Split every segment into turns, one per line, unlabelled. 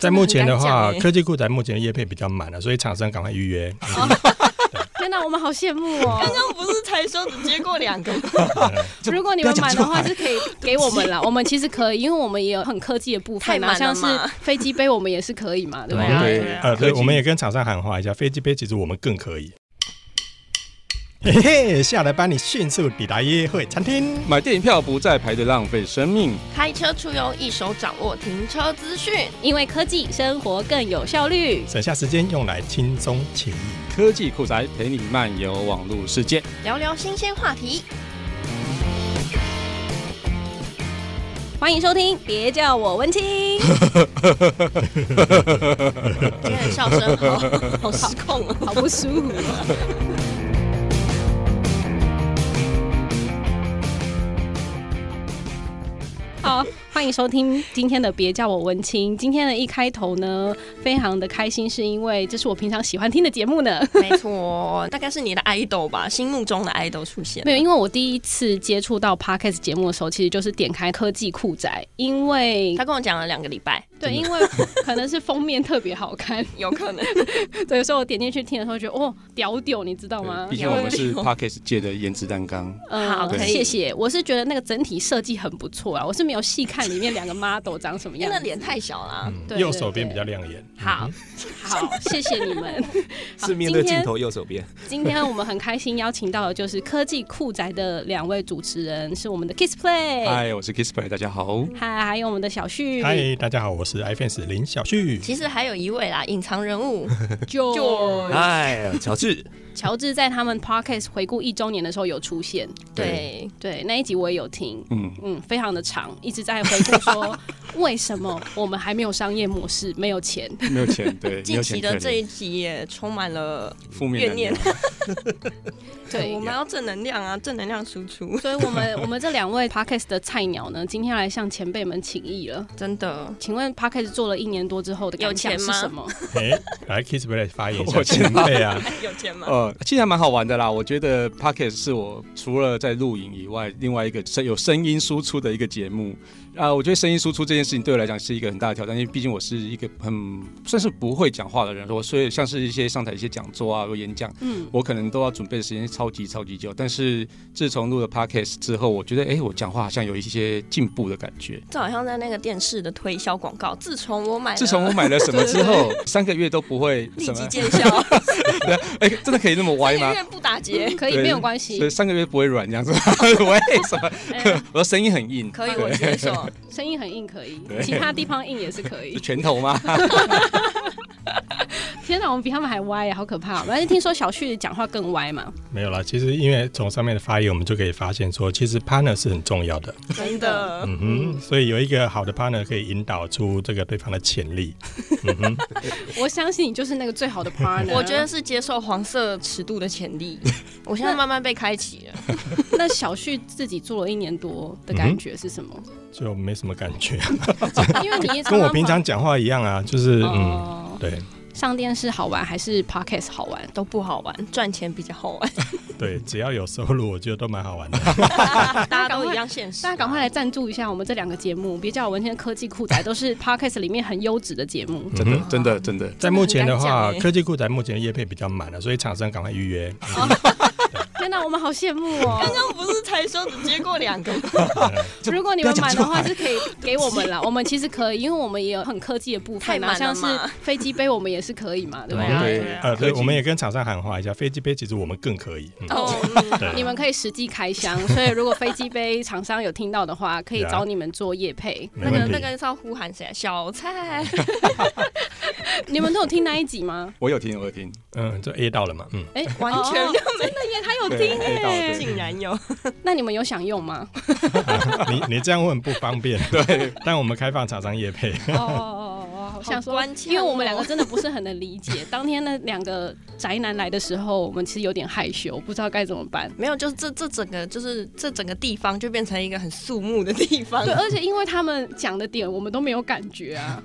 在目前的话，
真很敢讲欸
科技库在目前的业配比较满了，所以厂商赶快预约。
天哪，我们好羡慕 哦！
刚刚不是才说只接过两个吗？
就如果你们买的话，
不要讲出来
是可以给我们啦。我们其实可以，因为我们也有很科技的部分啊，
太满
像
了
是
嘛啊
飞机杯，我们也是可以嘛，对不对？
嗯对
呃，对，
科技
我们也跟厂商喊话一下，飞机杯其实我们更可以。嘿 嘿，下来帮你迅速抵达约会餐厅。
买电影票不再排队浪费生命。
开车出游，一手掌握停车资讯。
因为科技，生活更有效率。
省下时间用来轻松惬意。
科技酷宅陪你漫游网络世界。
聊聊新鲜话题。
欢迎收听，别叫我文青。
今天的笑声 好好失控哦。
好不舒服、哦。好，欢迎收听今天的《别叫我文青》。今天的一开头呢，非常的开心，是因为这是我平常喜欢听的节目呢。
没错，大概是你的 idol 吧，心目中的 idol 出现。
没有，因为我第一次接触到 podcast 节目的时候，其实就是点开科技酷宅，因为
他跟我讲了两个礼拜，
对，因为可能是封面特别好看，
有可能
对，所以我点进去听的时候觉得，哦，屌屌，你知道吗？
毕竟我们是 Parkes 界的颜值担当。
嗯
好
可以
谢谢。我是觉得那个整体设计很不错啊，我是没有细看里面两个 model 长什么
因
样
为
子
那脸太小啦。
嗯
对
右手边比较亮眼。嗯
好，好，谢谢你们。好
是面对镜头右手边，
今天。今天我们很开心邀请到的就是科技酷宅的两位主持人，是我们的 Kiss Play，
嗨，我是 Kissplay，大家好。
嗨，还有我们的小旭，
嗨，大家好，我是 iFans 林小旭。
其实还有一位啦，隐藏人 物，
就
哎，乔治，
乔治在他们 Podcast 回顾一周年的时候有出现，
对，
对那一集我也有听。
嗯，
嗯，非常的长，一直在回顾 说为什么我们还没有商业模式，没有钱。
没有钱，对，没
近
有
期
钱
的
可
这一
以
集也充满了，
负面能
怨
量。
对，
我们要正能量啊，正能量输出，
所以我们 我们这两位 podcast 的菜鸟呢，今天来向前辈们请益了。
真的。
请问 podcast 做了一年多之后的感想
有钱
是
吗
什么？
哎、来 Kiss Play 发言一
我
下
知道
前 辈啊，
有钱吗？
呃，其实还蛮好玩的啦。我觉得 Pocket 是我除了在录影以外，另外一个声有声音输出的一个节目。啊、我觉得声音输出这件事情对我来讲是一个很大的挑战，因为毕竟我是一个很算是不会讲话的人，我所以像是一些上台一些讲座啊、或演讲，
嗯，
我可能都要准备的时间超级超级久。但是自从录了 Podcast 之后，我觉得哎、诶我讲话好像有一些进步的感觉。
这好像在那个电视的推销广告。自从我买了，
自从我买了什么之 后，三个月都不会
哎立
什
即
么，
见效，
哎、真的可以那么歪
三
吗
个？月不打结，
可以
对
没有关
所
系
以。上个月不会软这样子 吗？为什么？
哎
我的声音很硬，
可以我接受。
声音很硬可以，
对
其他地方硬也是可以
是。拳头吗？
天哪，我们比他们还歪啊，好可怕！反正听说小旭讲话更歪嘛，
没有啦。其实因为从上面的发言，我们就可以发现说，其实 partner 是很重要的。
真。
的，
嗯哼，所以有一个好的 partner 可以引导出这个对方的潜力。
我相信你就是那个最 好的 partner。啊
我觉得是接受黄色尺度的潜 力，我现在慢慢被开启了。
那小旭自己做了一年多的感觉是什么？
就没什么感 觉，
因为你也常常
跟我平常讲话一样啊，就是嗯，
哦
对
上电视好玩还是 podcast 好玩？
都不好玩，赚钱比较好玩，
对，只要有收入，我觉得都蛮好 玩的。
大家都一样现实。
大家赶快来赞助一下我们这两个节目，别叫我文天科技酷宅，都是 podcast 里面很优质的节目。
真的，真的，真的。
在目前的
真的很
话，
敢讲欸
科技库在目前的业配比较满了，啊所以厂商赶快预约。
天哪，我们好羡慕 哦！
刚刚不是才说只接过两个吗？
就
如果你们
不要
买
讲
的
出
话，
来
是可以给我们啦。我们其实可以，因为我们也有很科技的部分
太
啊，
满
像
了嘛
是飞机杯，我们也是可以嘛，对不
啊
嗯
对？
对
呃，对，
科技
我们也跟厂商喊话一下，飞机杯其实我们更可以。嗯，
哦，
对
你们可以实际开箱，所以如果飞机杯厂商有听到的话，可以
对啊
找你们做业配。
嗯没
那个
问
那
题。
个是要呼喊谁啊？小蔡，
你们都有听那一集吗？
我有听，我有听，
嗯，就 A 到了嘛， 嗯，
哎，
完全
哦
就
真的耶，他有
对
听
黑道
哎。
对
竟然有，
那你们有想用吗？
你你这样问不方便。对， 但我们开放厂商业配。
哦哦哦哦，想说
关
啊
键哦
因为我们两个真的不是很能理解，当天那两个宅男来的时候，我们其实有点害羞，不知道该怎么办。
没有，就是这这整个就是这整个地方就变成一个很肃穆的地方
对，。而且因为他们讲的点，我们都没有感觉啊。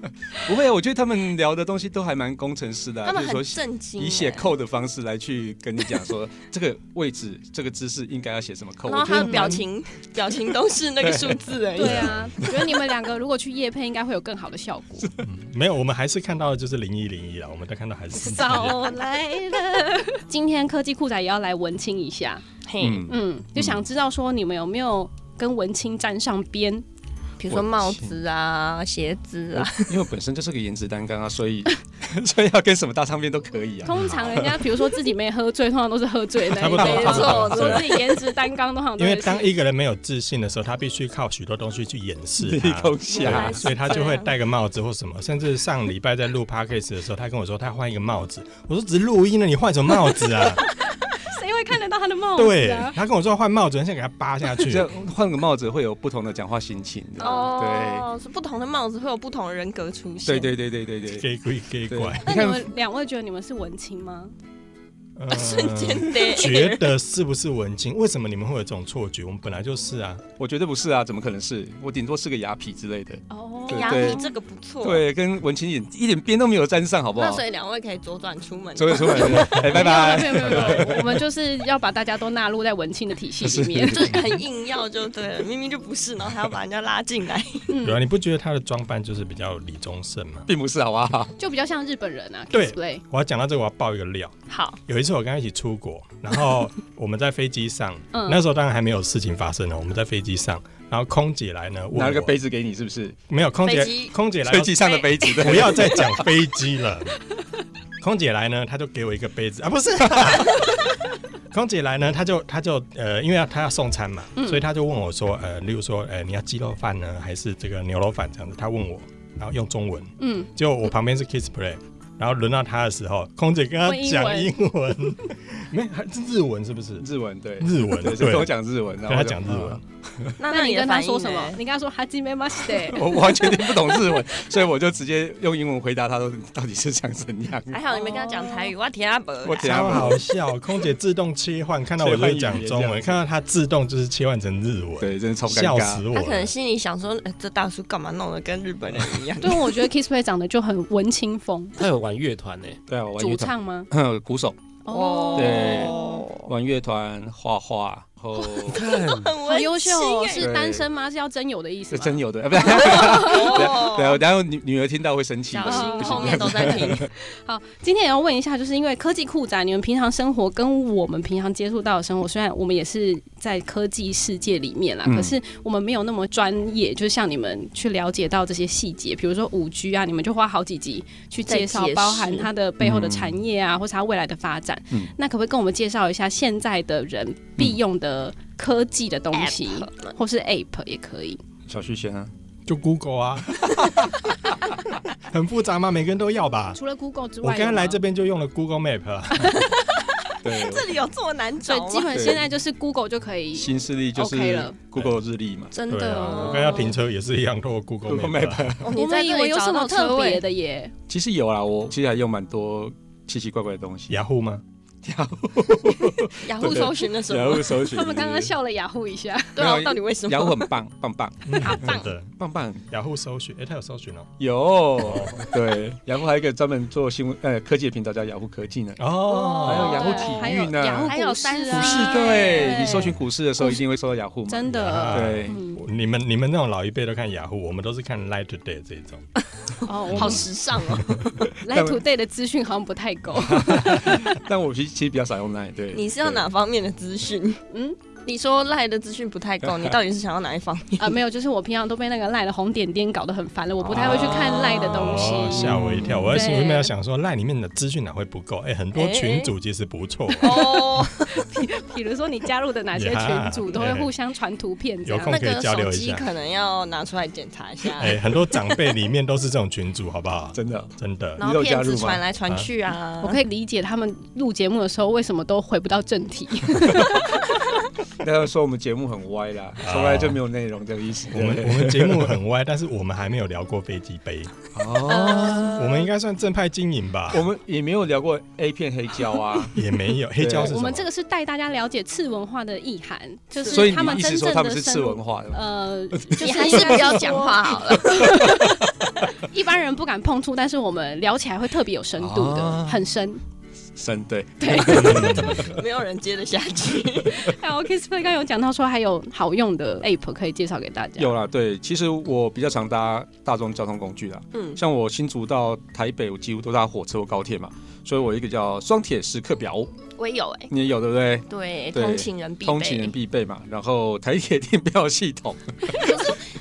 不会啊，我觉得他们聊的东西都还蛮工程师的啊、
他们
就
很
是说。
震惊欸，
以写扣的方式来去跟你讲说这个位置、这个姿势应该要写什么扣，
然后
我觉
他
得
的表情表情
哎
都是那个数字而 已。
啊对啊，我觉得你们两个如果去夜配，应该会有更好的效果。
没有，我们还是看到的就是零一零一了，我们都看到还是
啊
早来了。今天科技酷仔也要来文青一下，
嘿，
嗯，
嗯，就想知道说你们有没有跟文青沾上
嗯
边？
比如说帽子啊、鞋子啊，
因为我本身就是个颜值担当啊，所以所以要跟什么大唱片都可以啊。
通常人家比如说自己没喝醉，通常都是喝醉的 那一
差不
种，
多差不多
说自己颜值担当，通常
因
都哦是
为当一个人没有自信的时候，他必须靠许多东西去掩 饰他。
东西
对
啊，
所以他就会戴个帽子或什么，甚至上礼拜在录 podcast 的时候，他跟我说他换一个帽子，我说只是录音了，你换什么帽子啊？
谁会看得到他的帽子
对
啊，？
他跟我说换帽子，很想给他扒下去。
这样换个帽子会有不同的讲话心情的。
哦，是不同的帽子会有不同的人格出现。
对对对对对对对，
给鬼给 怪，
那你们两位觉得你们是文青吗？
呃
瞬间 的
觉得是不是文青？为什么你们会有这种错觉？我们本来就是啊，
我觉得不是啊，怎么可能是？我顶多是个雅痞之类的。
哦
对
雅
对
痞哎这个不错。，
对，跟文青一点一点边都没有沾上，好不
那
好
所？以两位可以左转出门。
走也出来了，哎，
没
拜拜。
有没有没有没有，我们就是要把大家都纳入在文青的体系里 面。
就是很硬要就对了，明明就不是，然后还要把人家拉进来。
对啊，你不觉得他的装扮就是比较李宗盛吗？
并不是，好不好？
就比较像日本人啊
对
，cosplay。
我要讲到这个，我要爆一个料。
好，
有一次我跟他一起出国，然后我们在飞机 上，
嗯
那时候当然还没有事情发生呢。我们在飞机上，然后空姐来呢，问
拿了个
我
杯子给你，是不是？
没有空
飞
姐
机，
空姐来
飞机上的杯子，对
不要再讲飞机了。空姐来呢，她就给我一个杯子啊，不是。空姐来呢，她就她就呃，因为她要送餐嘛，所以她就问我说，呃，例如说，呃，你要鸡肉饭呢，还是这个牛肉饭这样子？她问我，然后用中文，
嗯，
结果我旁边是 Kiss Play，然后轮到她的时候，空姐跟她讲
问
英文，没还是日文是不是？
日文对，
日文
对，是
对
跟我讲日文，
跟
然后
她
我
讲日文，，
那
那你
的
跟他
反应
说什么
呢？？
你跟他说哈基梅马 西
啊我完全听不懂日文，所以我就直接用英文回答他，说你到底是想怎样？
还好你没跟他讲台语，我听啊阿伯。
我听
超好笑。空姐自动切换，看到我在讲中
切换语
文，
言
看到她自动就是切换成日文，
对，真的超尴
笑
尬。
死我
他
了。
可能心里想说，呃这大叔干嘛弄得跟日本人一样？
对，我觉得 cosplay 长得就很文青风，
他有玩乐团呢，
对啊，我玩
主
乐团，
唱吗？
哼鼓手，
哦，
对玩乐团，画画，然后
看
很
好
文
优秀哦，
青
是单身吗？是要真有的意思
是
吗？
真有的，啊不对，
哦
对，然后女女儿听到会生气
小
的。
心后面都在听。
好，今天也要问一下，就是因为科技酷宅，你们平常生活跟我们平常接触到的生活，虽然我们也是在科技世界里面啦，
嗯
可是我们没有那么专业，就是像你们去了解到这些细节，比如说五 G 啊，你们就花好几集去介
在
绍
解，释
包含它的背后的产业
嗯
啊，或是它未来的发展。
嗯
那可不可以跟我们介绍一下现在的人必用的科技的东西，
嗯
App
或是 App 也可以？
小旭先啊，
就 Google 啊，很复杂吗？每个人都要吧。
除了 Google 之
我
外，
刚刚来这
有吗。
边就用了 Google Map，啊
对，
这里有这么难
所
找
以基
吗？
本现在就是 Google 就可以
新势力就
OK
是
了
Google 日历嘛，
真
对
的
啊，
哦
我刚要停车也是一样，透过 Google
Google
Map 啊。
哦
我
你在
们以
这
为
里
有
找
什么
到
特
车
别
位，
的耶？
其实有啦，我其实还用蛮多奇奇怪怪的东 西。
雅虎吗？
雅虎
对对
搜寻的时
雅
候，
虎搜寻，
他们刚刚笑了雅虎一下，
对啊
没，有
到底为什
雅虎
么？
很棒，棒棒
好
棒
的，
棒棒，
雅虎嗯搜寻，哎，它有搜寻哦。
有对，雅虎还有一个专门做新闻呃科技的频道叫雅虎科技呢。
哦，
还有雅虎
对
体育
还有
呢
雅虎
还有
股市
三十
股
啊哦
市对你搜寻股市的时候一定会搜到雅虎嘛？
真
啊
的，
对，
嗯，
你们你们那种老一辈都看雅虎，我们都是看 Light Today 这种。
哦，
好
好
时尚哦！
来 today 的资讯好像不太 够，
但我其实其实比较少用 Line。对，
你是要
对？
哪方面的资讯？
嗯
你说赖的资讯不太够，你到底是想要哪一方面？
啊，没有，就是我平常都被那个赖的红点点搞得很烦了，我不太会去看赖的东
哦，
西。
吓我一跳！我在心里
对
面要想说，赖里面的资讯哪会不够？哎，很多
哎
群组其实不错，
哦，
比如说你加入的哪 些群组，
呀
都会互相传图片这
有空
样。
那
可以
个
交流
手
一
机
下。
可能要拿出来检查一下。
哎，很多长辈里面都是这种群组，好不好？
真的
真的，
然
你有
后
加
骗
入
子
吗
传来传去啊，
我可以理解他们录节目的时候为什么都回不到正 题，
大家说我们节目很歪啦，从来就没有内容这个意思。
我们
对
我们节目很歪，但是我们还没有聊过飞机杯。
哦，
我们应该算正派经营吧？
我们也没有聊过 A 片黑 胶啊，
也没有黑胶是什么？
我们这个是带大家了解次文化的意涵，就
所以
是
你
他们
意
真
思说
正
他
的
们是
深
次
入
文化的吗？
呃，
你
你
还是不要讲话好了。
一般人不敢碰触，但是我们聊起来会特别有深度的，
啊
很深。
声，对，
没有人接得下去。
还有 Kiss Play 刚有讲到说还有好用的 App 可以介绍给大家。
有啦，对，其实我比较常搭大众交通工具啦，
嗯，
像我新竹到台北，我几乎都搭火车或高铁嘛，所以我有一个叫双铁时刻表，
我也有哎、
你也有对不对？
对，
对
通勤人必备。
通勤人必备嘛，然后台铁订票系统，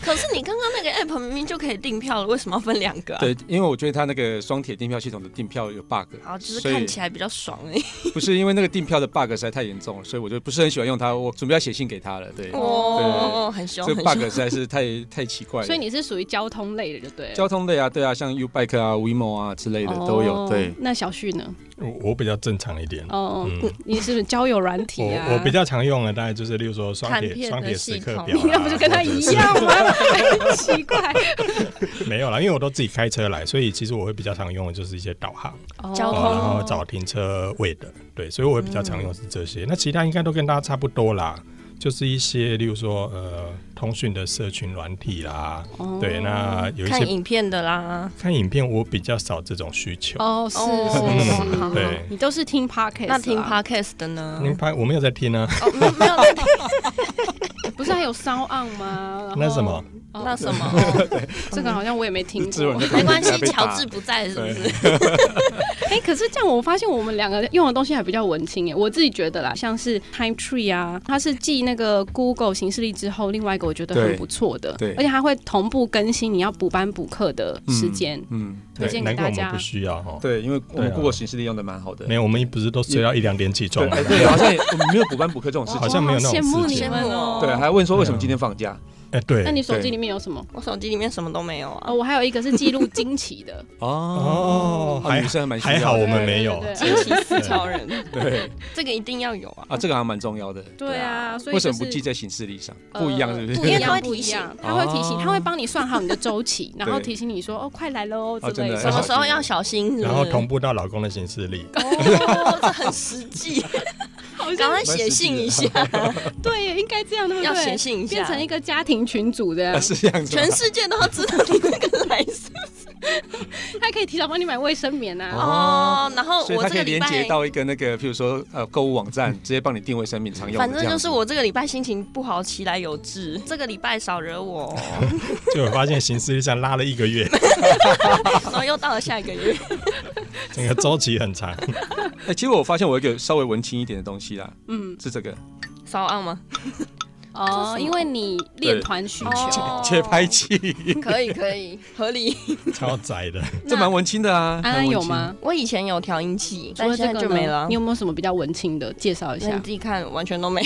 可是你刚刚那个 app 明明就可以订票了，为什么要分两个、啊？，
对，因为我觉得它那个双铁订票系统的订票有 bug，
好，就是
所以
看起来比较爽哎、
不是因为那个订票的 bug 实在太严重了，所以我就不是很喜欢用它，我准备要写信给他了，对，
哦，很凶
这
很
bug
凶。
实在是太 太奇怪了。
所以你是属于交通类的，就
呃
对了。
交通类啊，对啊，像 U Bike 啊、WeMo 啊之类的都有，
哦
对。
那小旭呢？
我我比较正常一点。
哦，
嗯，
你是不是交友软体
我
啊？
我比较常用的大概就是，例如说双
看
铁
片的
双铁时刻
系
表啊，
统
你那不就跟他一样吗？很奇怪。
没有啦，因为我都自己开车来，所以其实我会比较常用的就是一些导航，
交通
哦、然后找停车位的，对，所以我会比较常用是这些。那其他应该都跟大家差不多啦，就是一些例如说呃通讯的社群软体啦，
哦
对，那有一
看
些
影片的啦，
看影片我比较少这种需求。
哦，是
哦
是
好好
是，
对
你都是听 podcast，
那听
啊
podcast 的呢？
您拍我没有在听啊，
哦，没有没有，
不是还有 s o n 吗？
那什么？
哦
那什么， 哦
这个好像我也没听
自然
过
就。
没关系
被，打
乔治不在是不是？
哎，可是这样我发现我们两个用的东西还比较文青哎，我自己觉得啦，像是 Time Tree 啊，它是继那个 Google 形式力之后，另外一个我觉得很
对
不错的，
对
而且它会同步更新你要补班补课的时间。
嗯，
推
对，
荐
难
给
怪
大
我们
家
不。需要哦。
对，因为我
对
们
啊
Google 形式利用的蛮好的
没。有，我们不是都睡到一两点起床啊
对，
吗
哎？对，好像也我们没有补班补课这种事
哇
好
情。
像没有那种
我好羡慕
事
你
情
们哦。
对，还问说为什么今天放假？
哎， 对
啊那，你手机里面有什么？
我手机里面什么都没有啊
哦，。我还有一个是记录惊奇的，
哦还
女生还蛮需要
还好我
的
们没有，
对对对
惊奇四超人，
对
这个一定要有啊！
啊，这个还蛮重要的。
啊对啊，所以
为什么
就是
不记在形式力上？
呃
不一样是不
不
是
一？
因为它
样，
会
不
提
一
醒
样，它会提醒，
哦
它会帮你算好你的周期，然后
对
提醒你说哦，快来喽之
哦
类
真的
什
的
么。时候要小心是不是？
然后同步到老公的行事 历。
哦，这很实 际，
好
赶
像
快写信一下，
对耶，应该这样，对不对？
要写信一下，
变成一个家庭群组的
啊，，是这样子吗。
全世界都要知道你那个来自
他可以提早帮你买卫生棉啊。
哦
哦。
然后
所以
我
它
这
可
个
以
礼
连接
拜，
到一个那个，譬如说呃购物网站，直接帮你定位生命常用的
反
这样子。
正就是我这个礼拜心情不好，起来有志，这个礼拜少惹 我，
就我发现行事历上拉了一个 月，
然后又到了下一个月。
整个周期很长。
哎，其实我发现我有一个稍微文青一点的东西啦，
嗯，
是这个
骚案啊吗？
啊
哦，因为你练团需求。
哦
节拍器，
可以可以合理。
超窄的。
这蛮文青的啊。
安安
蛮文
有
青？
吗？
我以前有调音器，
除
但
了这
现在
个
就没
呢
了，
你。有没有什么比较文青的介绍一
那你
下
自？己看，完全都没，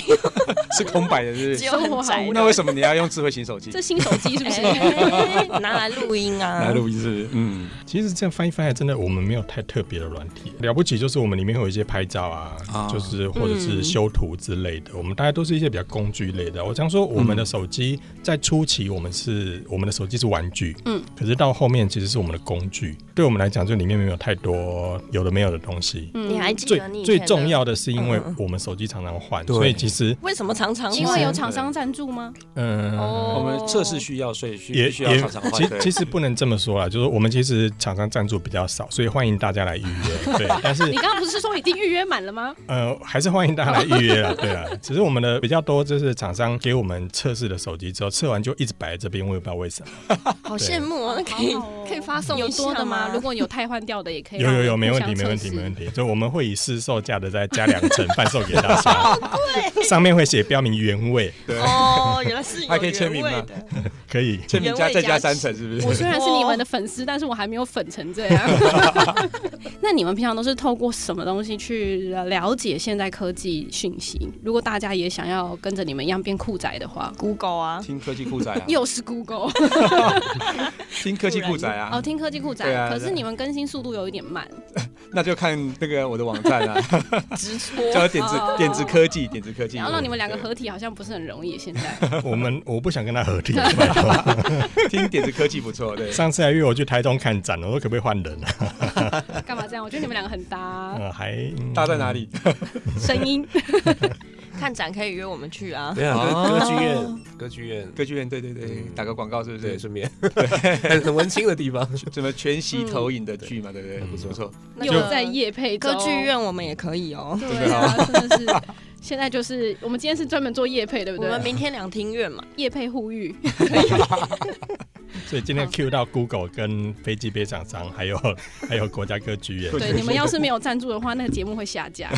是空白的， 是不
只
是？
有很窄
有
那
的。
为什么你要用智慧型手机
这新手机是 不是？
哎拿来录音啊，
来录音？是不是？嗯，
其实这样翻一翻，还真的我们没有太特别的软体。了不起就是我们里面会有一些拍照啊，
啊
就是或者是修图之类的。我们大概都是一些比较工具类的。我常说，我们的手机在初期，我们是我们的手机是玩具，
嗯，
可是到后面其实是我们的工具。对我们来讲，就里面没有太多有的没有的东西。
嗯
你还记
最
得你以前
最
的
重？要的是，因为
嗯嗯
我们手机常常换，
对
所以其实
为什么常常
因
换
为有厂商赞助吗？
嗯。
哦
我们测试需要，所以需
也
必须要
也
常常换。
其
对
其实不能这么说啦，就是我们其实厂商赞助比较少，所以欢迎大家来预约。 对，但是
你刚刚不是说已经预约满了吗？
呃，还是欢迎大家来预约啦。对啊， 只是我们的比较多，就是厂商给我们测试的手机之后，测完就一直摆在这边，我也不知道为什么。
好
对
羡慕哦，那可以
好好哦
可以发送
有
一
多的
下
吗？如果有太换掉的，也可以
有
让
有
我
有，
们
没
互
问
相
题，没问题，
测试
没问题。所以我们会以市售价的再加两成贩售给大家。对，上面会写标明原味，
对，
哦，原来是有
还可以签名吗
原味的
可以。
签名加再加三层，是
我
不是？
虽然是你们
哦
的粉丝，但是我还没有粉成 这样。那你们平常都是透过什么东西去了解现代科技讯息？如果大家也想要跟着你们一样变酷宅的话，
Google 啊，
听科技酷仔啊，
又是 Google
听科技酷仔啊
哦，，听科技酷宅。
对啊
可是你们更新速度有一点慢，
那就看那个我的网站啊，
直
叫
戳
点子
哦
点子科技，点子科技。
然后让你们两个
对
合体好像不是很容易。现在
我们我不想跟他合体。拜托
听点子科技不 错，对。
上次还约我去台中看展，我说可不可以换人啊？
干嘛这样？我觉得你们两个很 搭，
呃，还
搭在哪？里？
声音
看展可以约我们去啊。
对啊，歌剧院歌剧院，
歌剧院，对对对，
嗯
打个广告是不
对，
是？
顺便 很很文青的地方。
怎么全
嗯
息投影的剧嘛，对不对？
嗯
不错不错，
那
又
个
在夜配中
歌剧，院我们也可以哦。
对啊，真的是。现在就是我们今天是专门做夜配，对不
我
对
们？明天两厅院嘛，
夜配呼吁，
所以今天 Q 到 Google 跟飞机杯厂商，还有还有国家歌剧院。
对你们要是没有赞助的话，那个节目会下 架。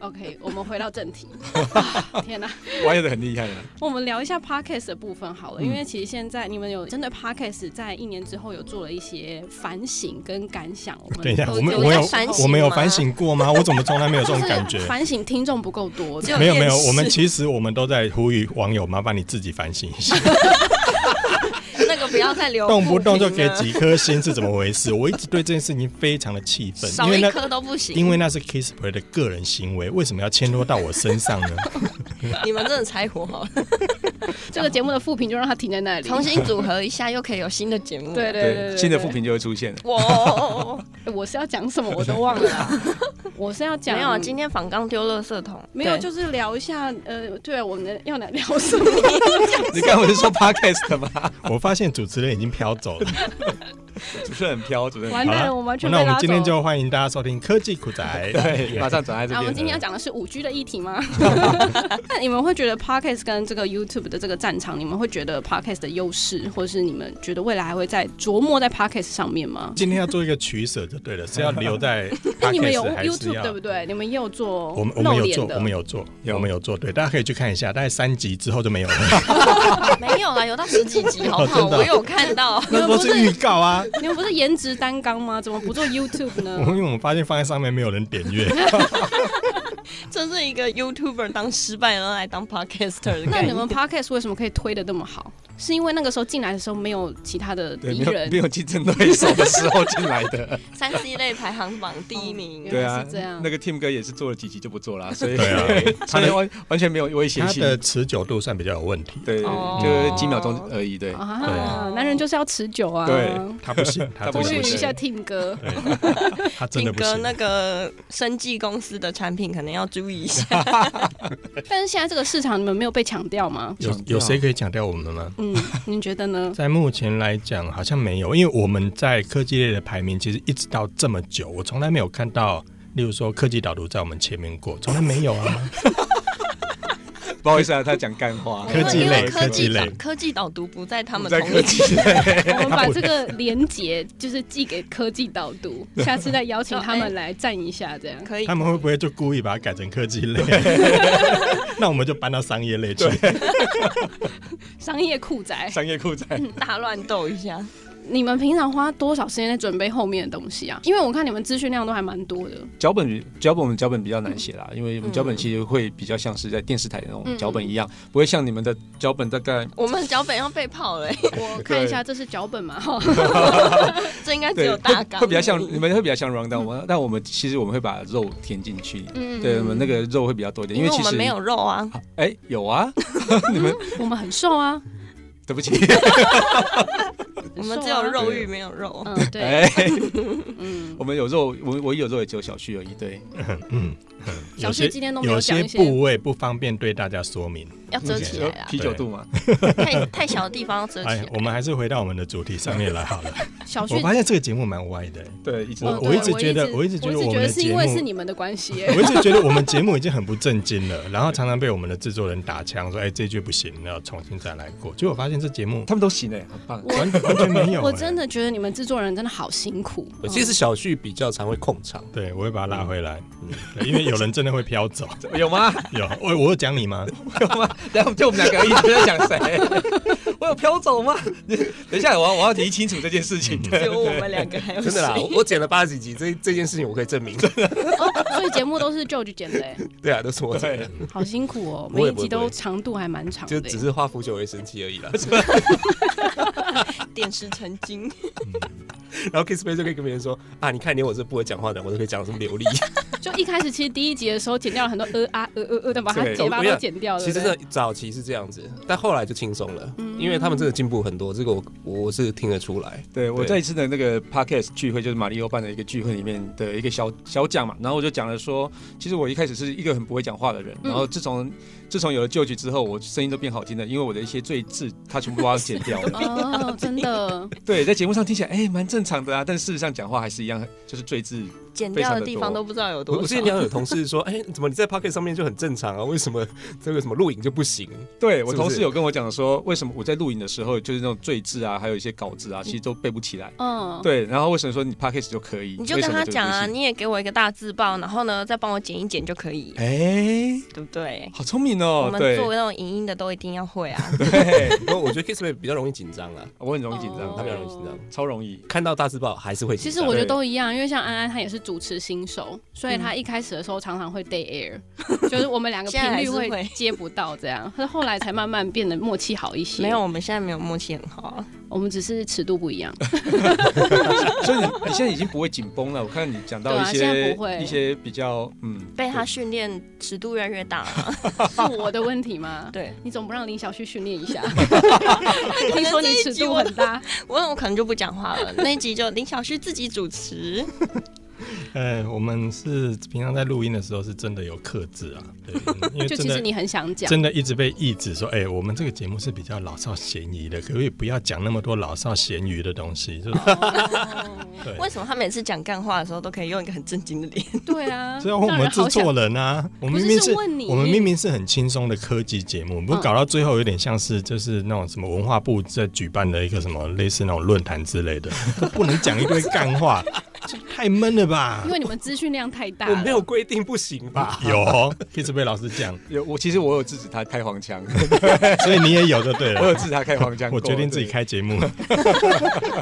OK，我们回到正题。啊天哪、
玩的很厉害的。啊
我们聊一下 podcast 的部分好了，
嗯
因为其实现在你们有针对 podcast 在一年之后有做了一些反省跟感想。我们
等一下，
都
我们
有
我有
在反省
我们有
吗
反省过吗？我怎么从来没有这
就
种
是
感觉？
反省听众不够多，
只有
没有没有
厌，世
我们其实我们都在呼吁网友，麻烦你自己反省 一下，
那个不要再留
动不动就
负
给
啊
评了
几颗星是怎么回事？我一直对这件事情非常的气愤，因
少
为
一
那
颗都不行。
因为那是 Kissplay 的个人行为，为什么要牵拖到我身上呢？
你们真的柴火好了，
这个节目的副评就让它停在那 里。
重新组合一下，又可以有新的节目。
对对对对
对，
对
新的副评就会出现。
我
欸我是要讲什么我都忘 了啦，我是要讲
啊
没有，啊今天仿刚丢垃圾桶，
没有
对
就是聊一下呃，对，我们要来聊什 么？
你刚刚不是说 podcast 吗？
我发现主持人已经飘走 了。
主持人很飘，主持人
完
很
好
飘
蛋
了
了，我完全被
那我们
拉
今天
走
就欢迎大家收听科技酷宅。
对，马上转在这
啊，
边。
我们今天要讲的是五 G 的议题吗？ 那你们会觉得 podcast 跟这个 YouTube 的这个战场，你们会觉得 podcast 的优势，或是你们觉得未来还会在琢磨在 podcast 上面吗？
今天要做一个取舍就对了，是要留在
那你们有
podcast 还是
YouTube 对
要
不？对？你们也有做
我们我们
露
有
脸
做，
的，
我们有做，
有
我们有做，对，大家可以去看一下，大概三集之后就没有了，
没有啦，有到十几 集，好不好？
真的啊
我有看到，
那都是预告啊。
你们不是颜值担纲吗？怎么不做 YouTube
我
呢
们？因为我们发现放在上面没有人点阅，
这是一个 YouTuber 当失败人来当 Podcaster 的
那
概
你
念。
们 podcast 为什么可以推的那么好？是因为那个时候进来的时候没有其他的
对，
敌
没有
人
没，有竞争对手的时候进来的。
三 C 类排行榜第一名，
对
原
啊
来是这样，
那个 Tim 哥也是做了几集就不做 了，所以
对啊
所以完完全没有威胁
它
性，
的持久度算比较有问题。
对，
哦
就是几秒钟而已，对，
啊，
对
男人就是要持久啊。
对
它不行，它真
不
呼
的
吁
行
不
一
行，
下听歌。
它真的
听
不
哥
行。
那个生技公司的产品可能要注意一下。
但是现在这个市场，你们没有被抢掉吗？
有有谁可以抢掉我们吗？
嗯，你觉得 呢？
在目前来讲，好像没有，因为我们在科技类的排名其实一直到这么久，我从来没有看到，例如说科技导读在我们前面过，从来没有啊。
不好意思啊，他讲干话，
科技类
因为科
科技类
导科技导读不在他
我
们
在
同
科
一
技 类，
我们把这个连结就是寄给科技导 读，下次再邀请他们来站一下，这样。
可以
他们会不会就故意把它改成科技类？那我们就搬到商业类去。
商业酷宅，
商业酷仔，
大乱斗一 下？
你们平常花多少时间在准备后面的东西啊？因为我看你们资讯量都还蛮多的。
脚本比脚本我们脚本比较难写啦，因为
嗯
我们脚本其实会比较像是在电视台的那种脚本一样，不会像你们的脚本大概
我们脚本要被泡了、欸，
我看一下，这是脚本嘛？哈，
这应该 只
对
有大
会
纲。
会比较像你们会比较像 round down，我 但我们其实我们会把肉填进去，
嗯
对，我们那个肉会比较多一点，
因
因为
我
其
们
实
没有肉啊，
哎有啊， 你们
我们很瘦 啊，
对 不起，
我们只
瘦
有
啊
肉欲，没有肉。
嗯，对，
哎。
嗯
我，们有肉，我我有肉也只有小旭而已。对，
嗯，
小
有
旭
些
今天都没
有
讲
些
一些，
部位不方便对大家说明。
要折起来啊！
啤酒肚嘛，
太太小的地方要折起
哎
来，。
我们还是回到我们的主题上面来好 了。
小旭
我，发现这个节目蛮歪的、
对，一直
我
哦
我
对
一直觉得我
我
一直觉得我
觉
们
得
的
是
节
因
目
为是你们的关系耶。
我一直觉得我们节目已经很不正经了，然后常常被我们的制作人打枪说：“哎，这句不行，要重新再来过。”结果我发现这节目
他们都行哎，很棒。
完完全 没有、
我
哎
真的觉得你们制作人真的好辛苦。嗯
我其实小旭比较常会控场，
对，我会把它拉回来
嗯，
对因为有人真的会飘 走。
有吗？
有我我有讲你吗？
有吗？然后就我们两个一直在讲谁？ 我有飘走吗？ 你等一下，我要我要理清楚这件事情。
只有我们两个还有
真的啦，我我剪了八十几集，这这件事情我可以证明。
哦，所以节目都是 George 剪的耶，
对啊，都是我剪的，
好辛苦哦，
不
每
会
一集
不
都
会
长度还蛮长
就
的耶
只。是化腐朽为神奇而已啦。
点石成金，
然后 Kiss Bay 就可以跟别人说啊，你看连我这不会讲话的人，我都可以讲得这么流利。
就一开始其实第一集的时候剪掉了很多呃啊呃呃呃的，把它
对
结巴
我
都
想
剪掉了。
其实
对
呢
不对，
早期是这样子，但后来就轻松了，因为他们真的进步很多，这个我我是听得出来。
对我
对
这一次的那个 podcast 聚会，就是马里欧办的一个聚会里面的一个小小讲嘛，然后我就讲了说，其实我一开始是一个很不会讲话的人，
嗯
然后自从、自从有了旧局之后，我声音都变好听了，因为我的一些赘字，他全部都要剪掉 了。
哦，真的，
对，在节目上听起来哎蛮正常的啊，但事实上讲话还是一样，就是赘字。
剪
非
掉
常
的
地
地方
多
都不知道有
我
多
我之
少
前。有同事说，哎、怎么你在 p o c k e t 上面就很正常啊？为什么这个什么录影就不行？
对
是不
我
是
同事有跟我讲说，为什么我在录影的时候就是那种赘字啊，还有一些稿子啊，其实都背不起来。
嗯，
对，然后为什么说你 podcast 就可以？
哦你就
为
跟
什么
他
不
讲啊，
行
你也给我一个大字报，然后呢，再帮我剪一剪就可以，
哎、
对不对？
好聪明
我
哦！
们
对
做那种影音的都一定要会 啊。
对，
因为我觉得 Kiss 妹比较容易紧张啊，
我很容易紧张，
哦
他比较容易紧张，
超容易。
看到大字报还是会
其
紧张。
实我觉得
对
都一样，因为像安安她也是主持新手，所以她一开始的时候常常会 day air，就是我们两个频
现在还
率
是
会
会
接不到这样，可是后来才慢慢变得默契好一些。
没有，，我们现在没有默契很好啊。
我们只是尺度不一 样。
所以你哎你现在已经不会紧绷了。我看你讲到
对啊
一
现在
些
不会
一些比较嗯，
被他训练尺度越来越大 了。
是我的问题吗？
对
你总不让林小旭训练一 下？听说你尺度很大，
我我可能就不讲话 了。那一集就林小旭自己主持，
呃，我们是平常在录音的时候是真的有克制啊，对，因为
就
真
其实
的
你很想讲，
真的一直被抑制说，哎、我们这个节目是比较老少咸宜的，可不可以不要讲那么多老少咸宜的东
哦
西？就是对，
为什么他每次讲干话的时候都可以用一个很震惊的脸？
对啊，
这样我们制作
了，
人啊，我
不
们
是
明明
是问你
我们明明是很轻松的科技节目，
嗯
不过搞到最后有点像是就是那种什么文化部在举办的一个什么类似那种论坛之类的，都不能讲一堆干 话，这太闷了吧
因？为你们资讯量太大
我
了，
没有规定不行吧？
有哦，一直被老师讲，
有我其实我有制止他开黄腔，
所以你也有就对
我有
了。
制止他开黄腔过。
我决定自己开节目，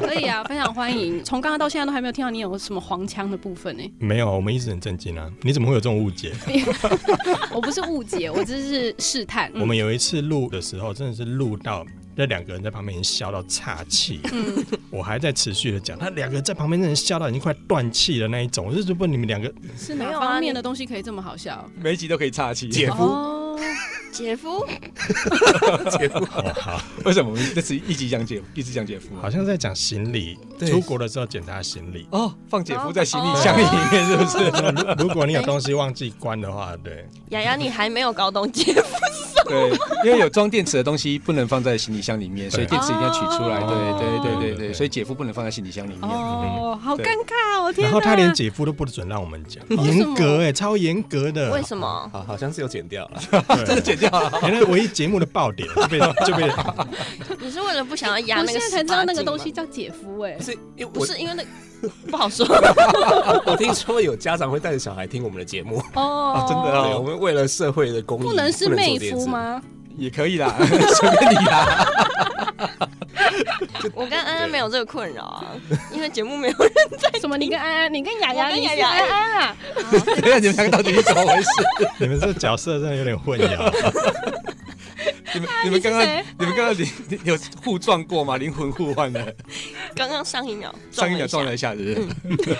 可以啊，非常欢迎。从刚刚到现在都还没有听到你有什么黄腔的部分呢、
没有，我们一直很震惊啊！你怎么会有这种误解？
我不是误解，我只是试探。
我们有一次录的时候，真的是录到那两个人在旁边已经笑到岔气，
嗯
我还在持续的讲，他两个在旁边真的笑到已经快断气的那一种，我就觉得你们两个
嗯是
没
哪
有啊
方面的
你
东西可以这么好笑？
对，每一集都可以岔气。
姐夫
哦，
姐夫，
哦好，
为什么我们这次一集讲姐，一直讲啊姐夫？。
好像在讲行李，
对
出国的时候检查行李
哦，放姐夫在行李箱里面是不是？
哦
如如果你有东西忘记关的话，对，
雅雅你还没有搞懂姐夫，
对，因为有装电池的东西不能放在行李箱里面，所以
对
电池一定要取出来。
哦
对对对
对
对
对
对，
对
所以姐夫不能放在行李箱里面。
哦，好
对
尴尬哦，天哪！
然后他连姐夫都不准让我们讲，
为什
严
么
格哎、超严格的。
为什么？
好，好像是有剪掉 啊了。
么？
真的 剪掉了。
原来唯一节目的爆点就被就被
你是为了不想要压
我
那
现
个？
在才知道那个东西，叫姐 夫哎、
不是因为我
不是因为那个不好 说。
我听说有家长会带着小孩听我们的节目，
哦
啊真的啊
对，我们为了社会的公益，
不能是
做这
妹
件
夫
事？
吗？
也可以啦， 随便你 啦。
我跟安安没有这个困扰啊， 因为节目没有
什么？你跟安安，你跟雅雅，
我
你
跟雅
是
雅
安安啊？
等一下你们两个到底是怎么回事？
你们这角色真的有点混淆。
你们你们刚刚
谁
你们刚刚灵 灵有互撞过吗？灵魂互换的，
刚刚上一秒
上一秒撞
了
了一下，是不是？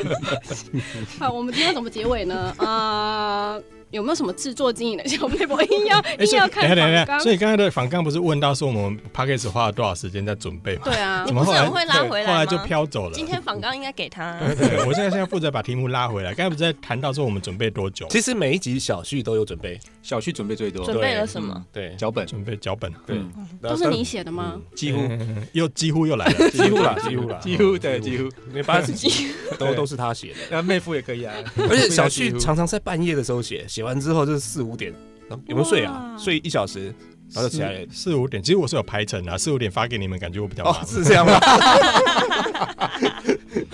好，我们今天怎么结尾呢？啊、有没有什么制作经营的小佩 伯硬要
哎
硬
所以
要
等一下等
看
一
反
下，
纲？
所以刚才的反刚不是问到说我们 p a c k a g e 花了多少时间在准备吗？
对啊
怎，
一
么
下，
后
不
来
是很会拉
后
回来吗？
来就飘走了？
今天访刚应该给他啊，
对，我现在现在负责把题目拉回来。刚才不是在谈到说我们准备多久？
其实每一集小旭都有准备，
小旭准备最多，
准备了什么？
对，
脚本
准备脚本，
对
嗯
都是你写的吗？
几乎
嗯又几乎又来 了。
几乎啦，几乎啦，哦
几乎对几乎，
因为八 十集都都是他写 的，
那妹夫也可以啊。
而且小旭
几乎
常常在半夜的时候写，写完之后就是四五点，然后有没有睡啊？
哇
睡一小时，然后就起来了。
四四五点，其实我是有排程的、啊，四五点发给你们，感觉我比较忙。
哦，是这样吗？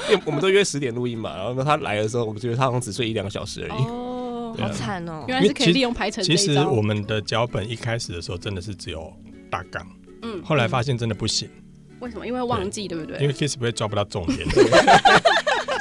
因为我们都约十点录音嘛，然后他来的时候，我们觉得他好像只睡一两个小时而已。
哦，
好惨哦。
原来是可以利用排程这
其
一
实
招。
我们的脚本一开始的时候真的是只有大纲，
嗯
后来发现真的不行，
为什么？因为忘记，对不对？
因为 Kiss 不会抓不到重点。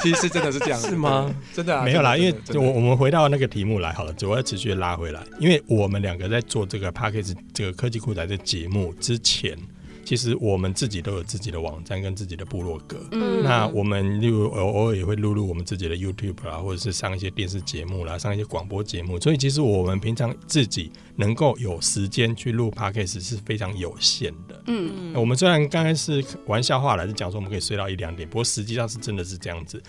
其实是真的是这样，是
吗？
真的啊
没有啦，因
真的
为
真的
我我们回到那个题目来好了，我要持续
嗯
拉回来，因为我们两个在做这个 p a c k a g e 这个科技酷宅的节目之前，其实我们自己都有自己的网站跟自己的部落格。
嗯
那我们例如偶偶尔也会录入我们自己的 YouTube 啦，或者是上一些电视节目啦，上一些广播节目。所以其实我们平常自己能够有时间去录 Podcast 是非常有限的。
嗯，
我们虽然刚开始玩笑话来是讲说我们可以睡到一两点，不过实际上是真的是这样子。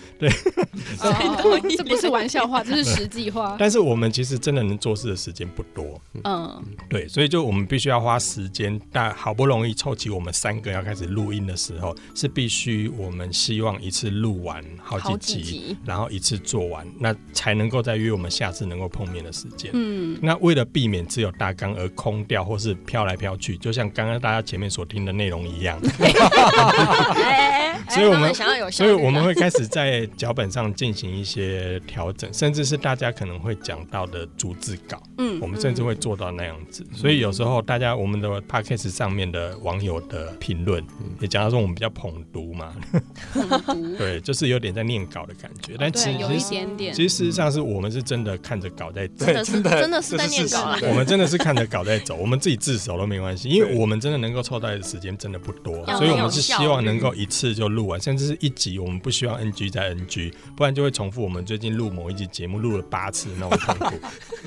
哦 这不是玩笑话，这是实际话。
但是我们其实真的能做事的时间不多，
嗯，
对，所以就我们必须要花时间。但好不容易凑齐我们三个要开始录音的时候，是必须我们希望一次录完好几
好
集，
几集
然后一次做完，那才能够再约我们下次能够碰面的时间。
嗯，
那为了避免只有大纲而空掉，或是飘来飘去，就像刚刚大家前面所听的内容一 样，
啊哎哎，
啊所以我们
他想要有效
所
率
以
啊，
我们会开始在脚本上进行一些调整，甚至是大家可能会讲到的逐字稿，
嗯
我们甚至会做到那样子。所以有时候大家我们的 podcast 上面的网友的评论也讲到说我们比较捧读 嘛，
嗯
对，就是有点在念稿的感觉， 但其
哦对，有一
实
点点。
其实事实上是我们是真的看着稿在走
真。的是真的是在念稿啊啦，
我们真的是看着稿在走，我们自己自首都没
嗯
关系，因为我们真的能够凑到的时间真的不多，
要
所以我
很有
们是希
效
望
率
能够一次就录完，甚至是一集，我们不希望 NG 再 NG，不然就会重复。我们最近录某一集节目录了八次，那我 痛苦，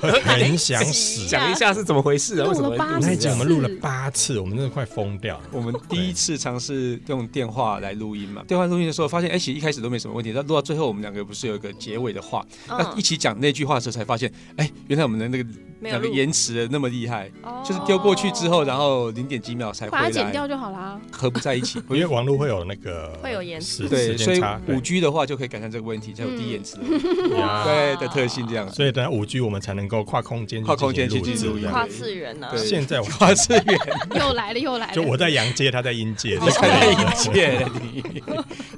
很很想死。
讲一下是怎么回事啊？为什么
录了八
那
十
一
会
集
这
我
样
们录了八次，我们真的快疯掉了。
我们第一次尝试用电话来录音嘛，电话录音的时候发现，哎，其实一开始都没什么问题，但录到最后，我们两个不是有一个结尾的话，那一
嗯
起讲那句话的时候，才发现，哎，原来我们的那个
没
那
有
个
录，
延迟的那么厉害，
哦
就是丢过去之后，然后零点几秒才回
把它剪掉
来，
就好啦。
合不在一起。
因为网络会有那个
会有延
时
对，
时
所以
间差，
五
对
G 的话就可以改善这个问题，才有低延迟的问题
呀
对的特性这样。
所以等五 G 我们才能够跨空间
跨空间
进
去
行
进
录
行
制这
录音
样。
跨次元啊呢，
对
现在我
跨次元，
又来了，又来了。
就我在阳界，他在阴界，
你太哦阴界了你，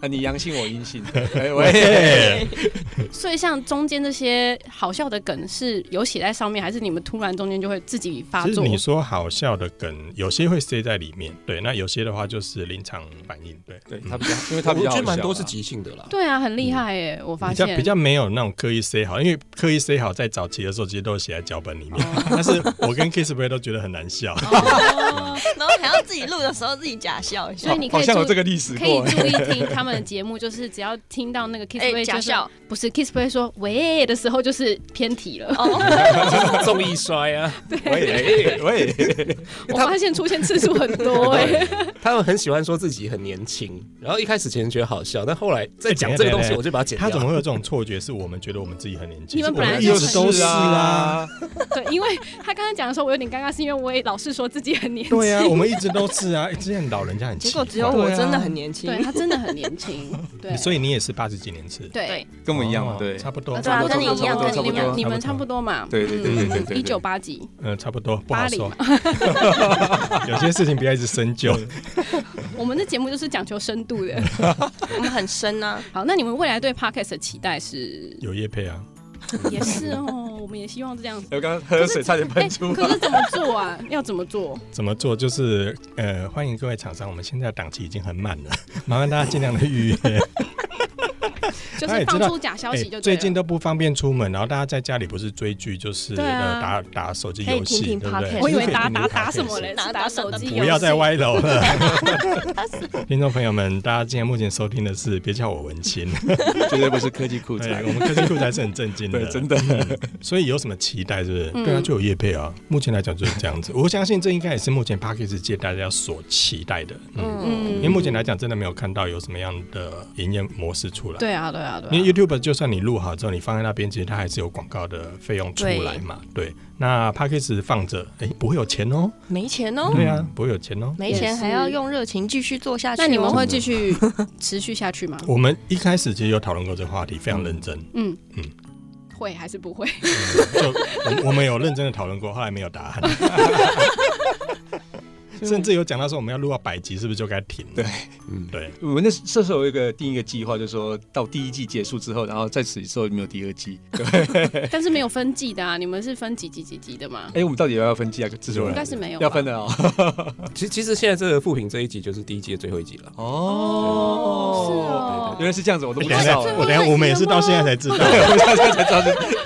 啊你阳性我阴性，哎喂，
对，
所以像中间这些好笑的梗是有写在上面，还是你们突然中间就会自己发
其实
作？
你说好笑的梗，有些会塞在里面，对，那有些的话就是临场反应，对，
对他比较，因为他比
我
较
觉
好
得蛮
笑
多
啊
是即兴的啦。
对啊，很厉害耶！我发
比较嗯
现
比较没有那种刻意塞好，因为刻意塞好在早期的时候其实都写在脚本里面， 但是我跟 Kiss Boy 都觉得很难笑，
哦
然后还要自己录的时候自己假笑一
所
下
以，你可
好
以
像有这
注
个历史
可以
过，
注意听他们的节目，就是只要听到那 个 Kiss
哎
Play
假
就是
笑，
不是 Kiss Play 说喂的时候，就是偏题了。
哦，
综艺摔啊，
喂喂，
我发现出现次数很多哎，
他们很喜欢说自己很年轻，然后一开始前觉得好笑，但后来在讲
哎
这
等一下等一
个东西，
下
我就把它剪
他
掉
怎么。会有这种错觉？是我们觉得我们自己很年轻，
你们
其实
本
我
来
们
就
一直都是啊。，
对，因为他刚刚讲的时候，我有点尴尬，是因为我也老是说自己很年轻，
对啊，我们一直都是啊，哎之前老人家很奇
结
怪啊
果只有我真的很年轻
对，他真的很年轻，对，
所以你也是八十几年次，
对，
跟我一样嘛，
哦
对，
差不多，
对啊，
差
跟
不
你
多
一样，
差不多
跟
差
你一
不
你
多
样
们，你们差不多嘛，嗯
对对对对对对，
一九八几，
嗯，差不多，不好
八零
说， 有些事情不要一直深 究。
我们的节目就是讲求深度的。
我们很深啊，
好，那你们未来对 podcast 的期待是？
有叶配啊，
也是哦，我们也希望这样子。
我刚刚喝水差点
哎、
喷出
可是怎么做啊？ 要怎么做？
怎么做？就是呃，欢迎各位厂商，我们现在档期已经很 满了，麻烦大家尽量的预约。
就
哎
是
知
放
道
出假消息就对
哎最
了。
近都不方便出门，然后大家在家里不是追剧，就是、
对啊
呃打打手机游
可以
戏，
听听
对不
podcast
对？
我以为
就是可
打
听听
打打什么
podcast
嘞？
打
是
打
打手机游戏，
不要再歪楼 了，听众朋友们，大家今天目前收听的是别叫我文青，
绝对不是科技酷
对
宅
我，们科技酷才是很震惊的，
对，真的，
所以有什么期待，是不是？
嗯
对啊，就有业配啊。目前来讲就是这样子，我相信这应该也是目前 p a c k a g e 界大家所期待的。嗯，
嗯，
因为目前来讲真的没有看到有什么样的营业模式出来。
对啊，对啊，对啊。
因为 YouTube 就算你录好之后，你放在那边，其实它还是有广告的费用出来嘛。对，那 p a c k a g e 放着，哎、不会有钱哦。
没钱哦，
对
嗯
啊，不会有钱哦。
没
也
钱
是
还要用热情继续做下去哦。
那你们会继续持续下去吗？
我们一开始其实有讨论过这个话题，非常认真。
嗯
嗯
会还是 不会？
就我我们有认真的讨论过，后来没有答案， 甚至有讲到说我们要录到百集，是不是就该停？
对，
嗯
对，
我们那时那时候有一个定一个计划，就是说到第一季结束之后，然后在此之后没有第二季。
但是没有分季的啊，你们是分几几几几的吗？
哎，我们到底要不要分季啊？制作
应
人
该是没有吧，
要分的哦。
其实其实现在这个复评这一集就是第一季的最后一集了。
哦，是
原
哦。
来是这样子，我都不
我
知
哎等一下，
道。
我等一下，我们也是到现在才知道。
我现在才知道是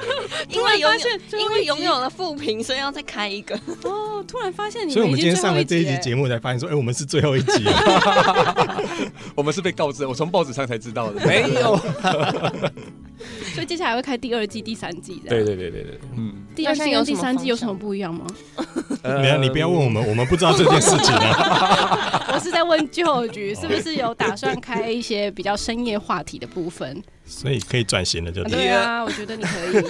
因为
然
拥
发
有
现最
因
后
为
一
拥
集
有了负评，所以要再开一 个。
哦，突然发现你
所以我
已
们
经
今天
最
上
后
了
一
这一集
了
节目才发现说，哎、我们是最后一集啊 了。
我们是被告知的，我从报纸上才 知道的。
没 有，
所以接下来会开第二季、第三季的。
对，对对对对，
嗯，
第二
那
季
现在有
跟
什
第
么
三季有
方
什
向
么不一样吗？
呃
没有，你不要问我们，我们不知道这件事情啊。
我是在问旧局是不是有打算开一些比较深夜话题的部分？
所以可以转型了，就对。
对啊，我觉得你可 以。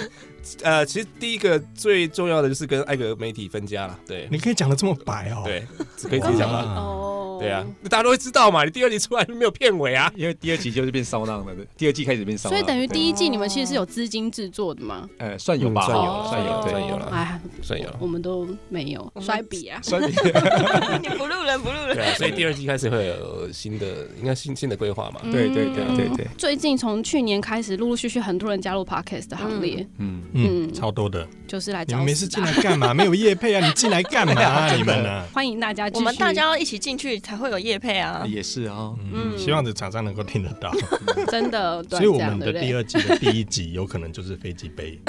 呃，其实第一个最重要的就是跟艾格媒体分家了，对
你可以讲的这么白哦。
对，只可以自己讲
哇
了，
哦，
对啊，大家都会知道嘛，你第二集出来就没有片尾啊，
因为第二集就是变骚浪了，第二季开始变骚
所
浪，
以等于
对
第一季你们其实是有资金制作的嘛？
呃算有吧，
嗯算有
哦
了算有了算有了
哎，
算有了，
我们都没有
我们
摔笔啊。
算有，
你不录了，不录了。
对啊，所以第二季开始会有新的，应该新新的规划嘛，
对对对对
嗯
对，
最近从去年开始，陆陆续续很多人加入 podcast 的行列，
嗯，
嗯，
嗯
超多的。
就是来
你
找
们
我
没事进来干嘛？没有叶配啊，你进来干嘛、 啊？你们呢、啊？
欢迎大家继
我
续，
们大家要一起进去才会有叶配啊。
也是啊，
嗯，希望这厂商能够听得到。
真的，对
所以我
这样
们的
对不对
第二季的第一集有可能就是飞机 杯。
哎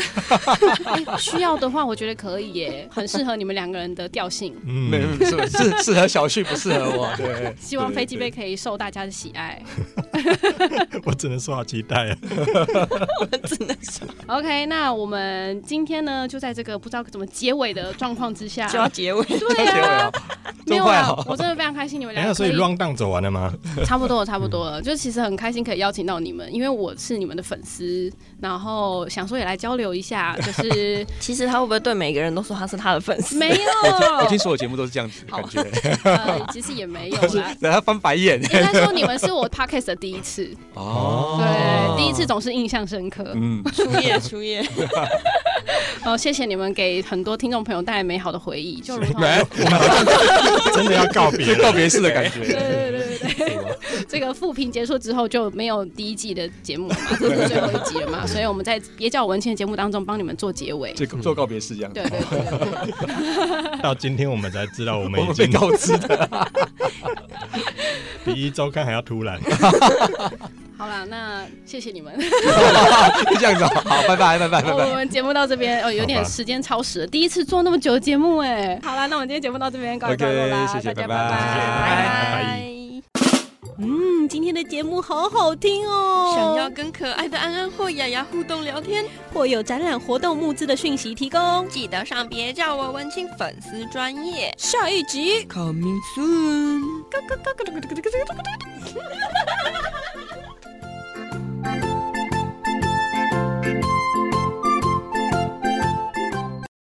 需要的话，我觉得可以耶，很适合你们两个人的调性。
嗯
没有没有是是适合小旭，不适合我，对，
希望
对
飞机杯
对
可以受大家的喜爱。
我只能说好期待啊！
OK，那我们今天呢，就在这个不知道怎么结尾的状况之下，
就要结 尾，
对
结尾
啊
了，
没有
这
啦
么快哦，
我真的非常开心你们
等
两
一下，
个
啊哎所
可
以
以
round down 走完了吗？
差不多了，差不多
嗯
了。就其实很开心可以邀请到你们，因为我是你们的粉丝，然后想说也来交流一下， 就是
其实他会不会对每个人都说他是他的粉丝？
没
我哎听
有，
所有节目都是这样子的感觉，
呃，其实也没有
但是
啦。
等他翻白眼
应该说你们是我 podcast 的第一次，
哦
对，第一次总是印象深刻。
嗯，
初夜，初夜，
哦，谢谢你们给很多听众朋友带来美好的回忆，就如同
没
真的要告别
告
了。
别式的感
对
觉，
对对对对，这个复评结束之后就没有第一季的节目了嘛，这是最后一集了嘛，所以我们在《别叫我文倩》节目当中帮你们做结尾。
这个做告别式这样，
对对对对，
到今天我们才知道，我们
我
已
们被
经
告知的，
比一周刊还要突然。
好啦，那谢谢你们，
就这样子哦，好，拜 拜拜拜拜
我
拜，
们节目到这边哦，有
好
点
吧
时间超时了，第一次做那么久的节目哎。好啦，那我们今天节目到这边告一段落啦
OK，谢谢
大家
拜拜谢谢
拜
拜
拜
嗯，今天的节目好好听哦。
想要跟可爱的安安或雅雅互动聊天，
或有展览活动募资的讯息提供，
记得上别叫我文青粉丝专业。
下一集。
Coming soon。